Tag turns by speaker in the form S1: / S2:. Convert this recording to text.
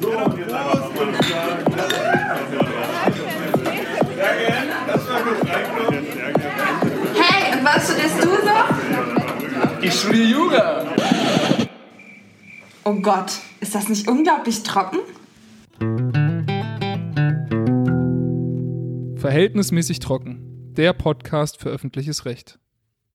S1: So, jetzt einfach mal Prost sagen. Das ist Danke, das war gut. Danke. Danke.
S2: Hey, und was studierst du so?
S3: Ich studiere Jura.
S2: Oh Gott, ist das nicht unglaublich trocken?
S4: Verhältnismäßig trocken. Der Podcast für öffentliches Recht.